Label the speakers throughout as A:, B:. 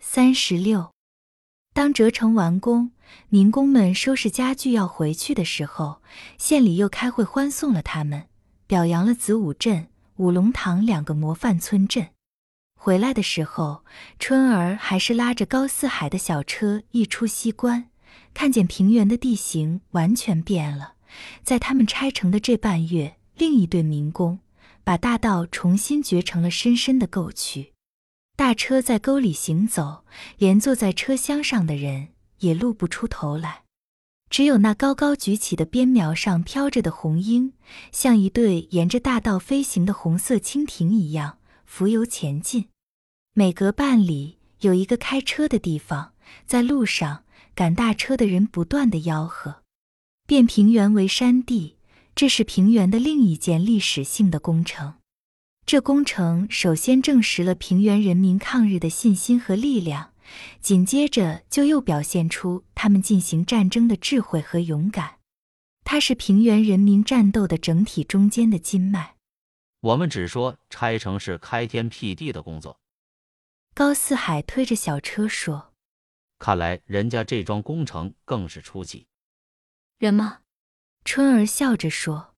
A: 三十六，当折城完工，民工们收拾家具要回去的时候，县里又开会欢送了他们，表扬了子午镇、五龙塘两个模范村镇。回来的时候，春儿还是拉着高四海的小车一出西关，看见平原的地形完全变了。在他们拆城的这半月，另一队民工把大道重新掘成了深深的沟渠。大车在沟里行走，连坐在车厢上的人也露不出头来，只有那高高举起的边苗上飘着的红缨，像一对沿着大道飞行的红色蜻蜓一样浮游前进。每隔半里有一个开车的地方，在路上赶大车的人不断的吆喝。变平原为山地，这是平原的另一件历史性的工程。这工程首先证实了平原人民抗日的信心和力量，紧接着就又表现出他们进行战争的智慧和勇敢。它是平原人民战斗的整体中间的筋脉。
B: 我们只说拆城是开天辟地的工作。
A: 高四海推着小车说
B: 看来人家这桩工程更是出奇。：“
C: 人嘛，
A: 春儿笑着说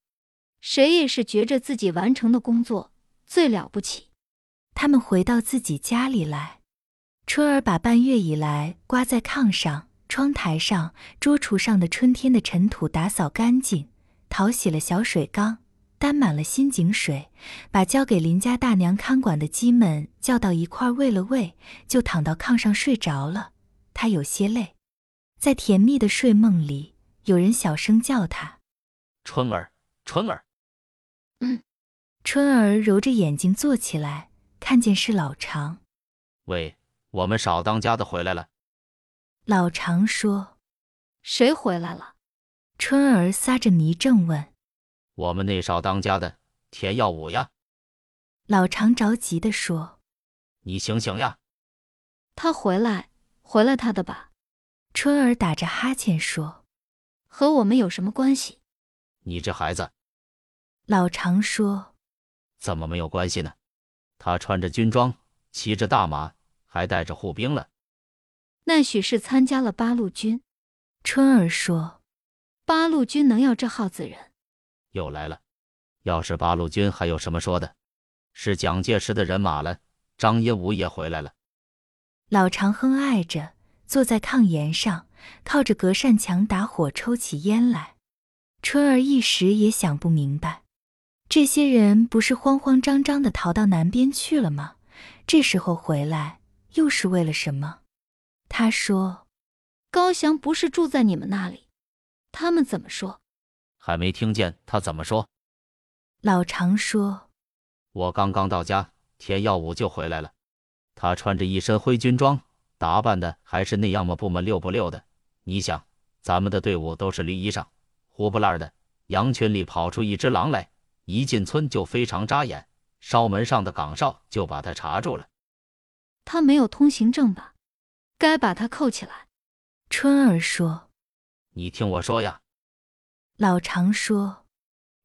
C: 谁也是觉着自己完成的工作最了不起。：‘
A: 他们回到自己家里来。’春儿把半月以来刮在炕上、窗台上、桌橱上的春天的尘土打扫干净，淘洗了小水缸，担满了新井水，把交给邻家大娘看管的鸡们叫到一块儿喂了喂，就躺到炕上睡着了。她有些累，在甜蜜的睡梦里，有人小声叫她。
B: 春儿，春儿，
A: 春儿揉着眼睛坐起来，看见是老常。
B: 喂，我们少当家的回来了。
A: 老常说，
C: 谁回来了？
A: 春儿撒着迷正问。
B: 我们那少当家的田耀武呀，
A: 老常着急地说
B: 你醒醒呀！
C: 他回来，回来他的吧，：“
A: 春儿打着哈欠说。
C: 和我们有什么关系？
B: 你这孩子
A: 老常说
B: 怎么没有关系呢？他穿着军装，骑着大马，还带着护兵了。
C: 那许是参加了八路军，：‘
A: 春儿说，
C: 八路军能要这号子人？
B: 又来了。要是八路军还有什么说的？是蒋介石的人马了，张英武也回来了。
A: 老常哼爱着，坐在炕沿上，靠着隔扇墙打火，抽起烟来。春儿一时也想不明白，这些人不是慌慌张张的逃到南边去了吗？这时候回来又是为了什么？他说
C: 高翔不是住在你们那里？他们怎么说？
B: 还没听见他怎么说？：‘
A: 老常说，
B: 我刚刚到家，田耀武就回来了。他穿着一身灰军装，打扮的还是那样么不么溜不溜的。你想，咱们的队伍都是驴衣裳、胡不烂的，羊群里跑出一只狼来，一进村就非常扎眼。哨门上的岗哨就把他查住了。
C: 他没有通行证吧？该把他扣起来。
A: 春儿说，
B: 你听我说呀，
A: 老常说。’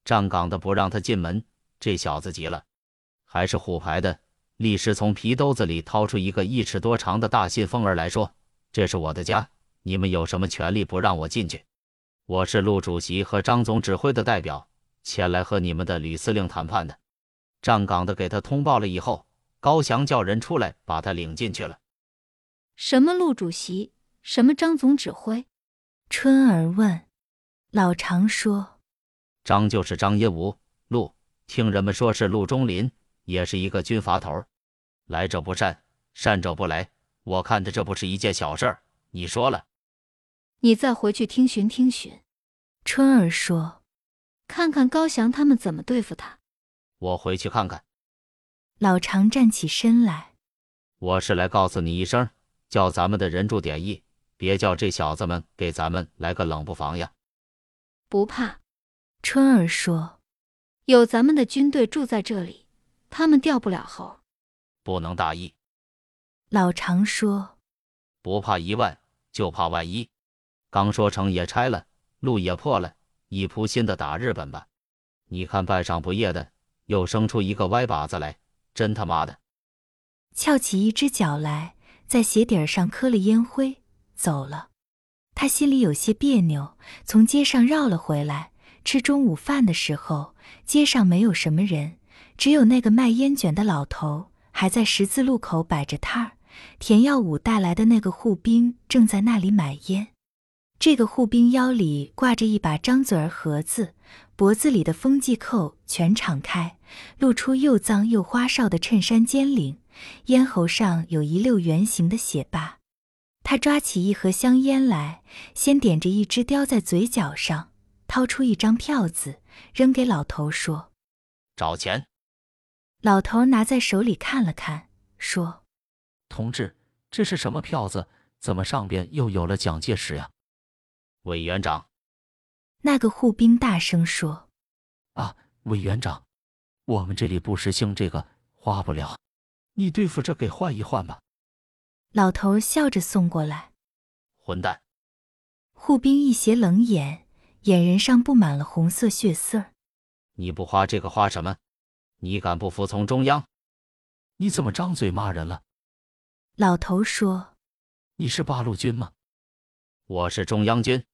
B: 站岗的不让他进门，这小子急了，还是虎牌的。立时从皮兜子里掏出一个一尺多长的大信封儿来说：“这是我的家，你们有什么权利不让我进去？我是陆主席和张总指挥的代表，前来和你们的吕司令谈判的。”站岗的给他通报了以后，高翔叫人出来把他领进去了。
C: 什么陆主席，什么张总指挥，
A: 春儿问，老常说，
B: 张就是张英武，陆听人们说是陆中林，也是一个军阀头儿。来者不善，善者不来。我看着这不是一件小事儿。你说了，
C: 你再回去听询听询，
A: 春儿说，
C: 看看高翔他们怎么对付他。
B: 我回去看看。
A: 老常站起身来，
B: 我是来告诉你一声，叫咱们的人注点意，别叫这小子们给咱们来个冷不防呀。
C: 不怕，
A: 春儿说，
C: 有咱们的军队住在这里，他们掉不了猴。
B: 不能大意，
A: 老常说，
B: 不怕一万，就怕万一。刚说城也拆了，路也破了，一扑心的打日本吧。你看半晌不夜的，又生出一个歪把子来，真他妈的！
A: 翘起一只脚来，在鞋底儿上磕了烟灰，走了。他心里有些别扭，从街上绕了回来。吃中午饭的时候，街上没有什么人，只有那个卖烟卷的老头还在十字路口摆着摊儿。田耀武带来的那个护兵正在那里买烟。这个护兵腰里挂着一把张嘴儿盒子，脖子里的风纪扣全敞开，露出又脏又花哨的衬衫尖领，咽喉上有一溜圆形的血疤。他抓起一盒香烟来，先点着一支，叼在嘴角上，掏出一张票子扔给老头说
B: 找钱。：“
A: 老头拿在手里看了看，说
B: 同志，这是什么票子？怎么上边又有了蒋介石呀、委员长
A: 那个护兵大声说。”
B: 啊，委员长，我们这里不实行这个，花不了。你对付着给换一换吧。
A: 老头笑着送过来。
B: 混蛋，
A: 护兵一斜冷眼，眼仁上布满了红色血丝儿。
B: 你不花这个花什么？你敢不服从中央？你怎么张嘴骂人了？
A: 老头说
B: 你是八路军吗？我是中央军，：“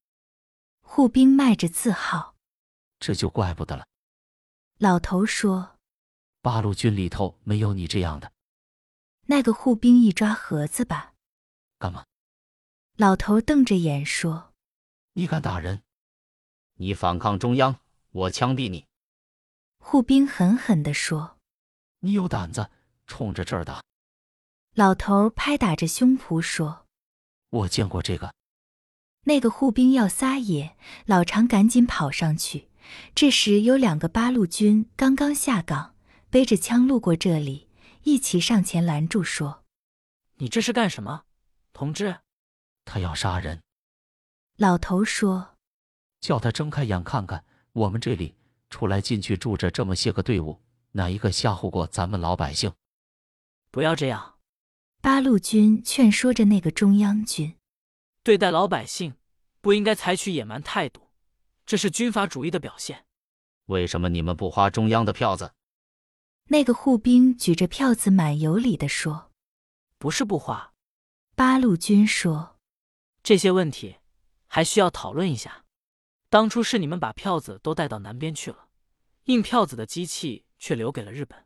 A: 护兵迈着自豪。
B: 这就怪不得了。”
A: 老头说
B: 八路军里头没有你这样的。：“
A: 那个护兵一抓盒子吧。
B: 干嘛？”
A: 老头瞪着眼说
B: 你敢打人？你反抗中央，我枪毙你！：“
A: 护兵狠狠地说。
B: 你有胆子冲着这儿打？”
A: 老头拍打着胸脯说
B: 我见过这个。：“
A: 那个护兵要撒野。”老常赶紧跑上去。这时有两个八路军刚刚下岗，背着枪路过这里，一齐上前拦住说。
D: 你这是干什么，同志？
B: 他要杀人，
A: 老头说
B: 叫他睁开眼看看，我们这里出来进去住着这么些个队伍，哪一个吓唬过咱们老百姓？
D: 不要这样，
A: 八路军劝说着那个中央军。
D: 对待老百姓不应该采取野蛮态度，这是军阀主义的表现。
B: 为什么你们不花中央的票子？
A: 那个护兵举着票子满有礼地说
D: 不是不花，：“
A: 八路军说，
D: 这些问题还需要讨论一下。当初是你们把票子都带到南边去了，印票子的机器却留给了日本，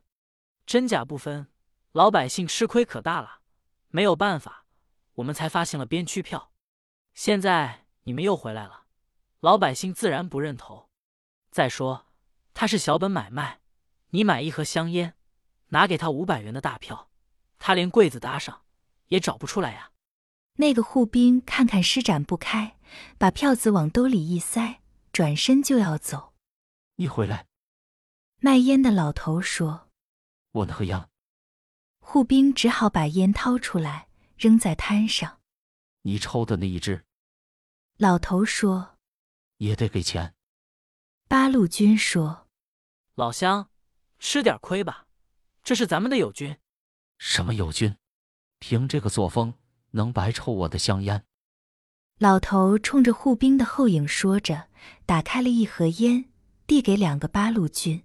D: 真假不分，老百姓吃亏可大了。没有办法，我们才发行了边区票。现在你们又回来了，老百姓自然不认头。再说，他是小本买卖，你买一盒香烟，拿给他五百元的大票，他连柜子搭上也找不出来呀、
A: 那个护兵看看施展不开，把票子往兜里一塞，转身就要走。
B: 你回来，
A: 卖烟的老头说，
B: 我那样，
A: 护兵只好把烟掏出来扔在摊上。
B: 你抽的那一支
A: 老头说，
B: 也得给钱。
A: 八路军说，
D: 老乡，吃点亏吧，这是咱们的友军。
B: 什么友军？凭这个作风，能白抽我的香烟？
A: 老头冲着护兵的后影说着，打开了一盒烟，递给两个八路军。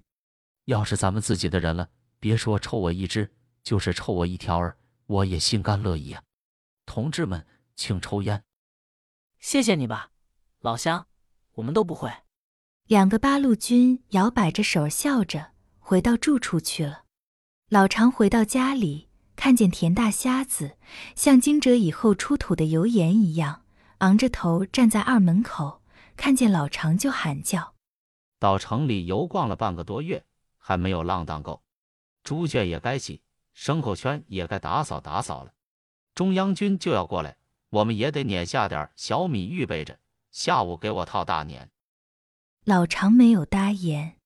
B: 要是咱们自己的人了，别说抽我一支，就是抽我一条儿，我也心甘乐意啊！同志们，请抽烟。
D: 谢谢你吧，老乡，我们都不会。
A: 两个八路军摇摆着手，笑着回到住处去了。老常回到家里，看见田大瞎子像惊蛰以后出土的油盐一样，昂着头站在二门口，看见老常就喊叫。
B: 到城里游逛了半个多月，还没有浪荡够。猪圈也该洗，牲口圈也该打扫打扫了。中央军就要过来，我们也得撵下点儿小米预备着，下午给我套大碾。
A: 老常没有答言。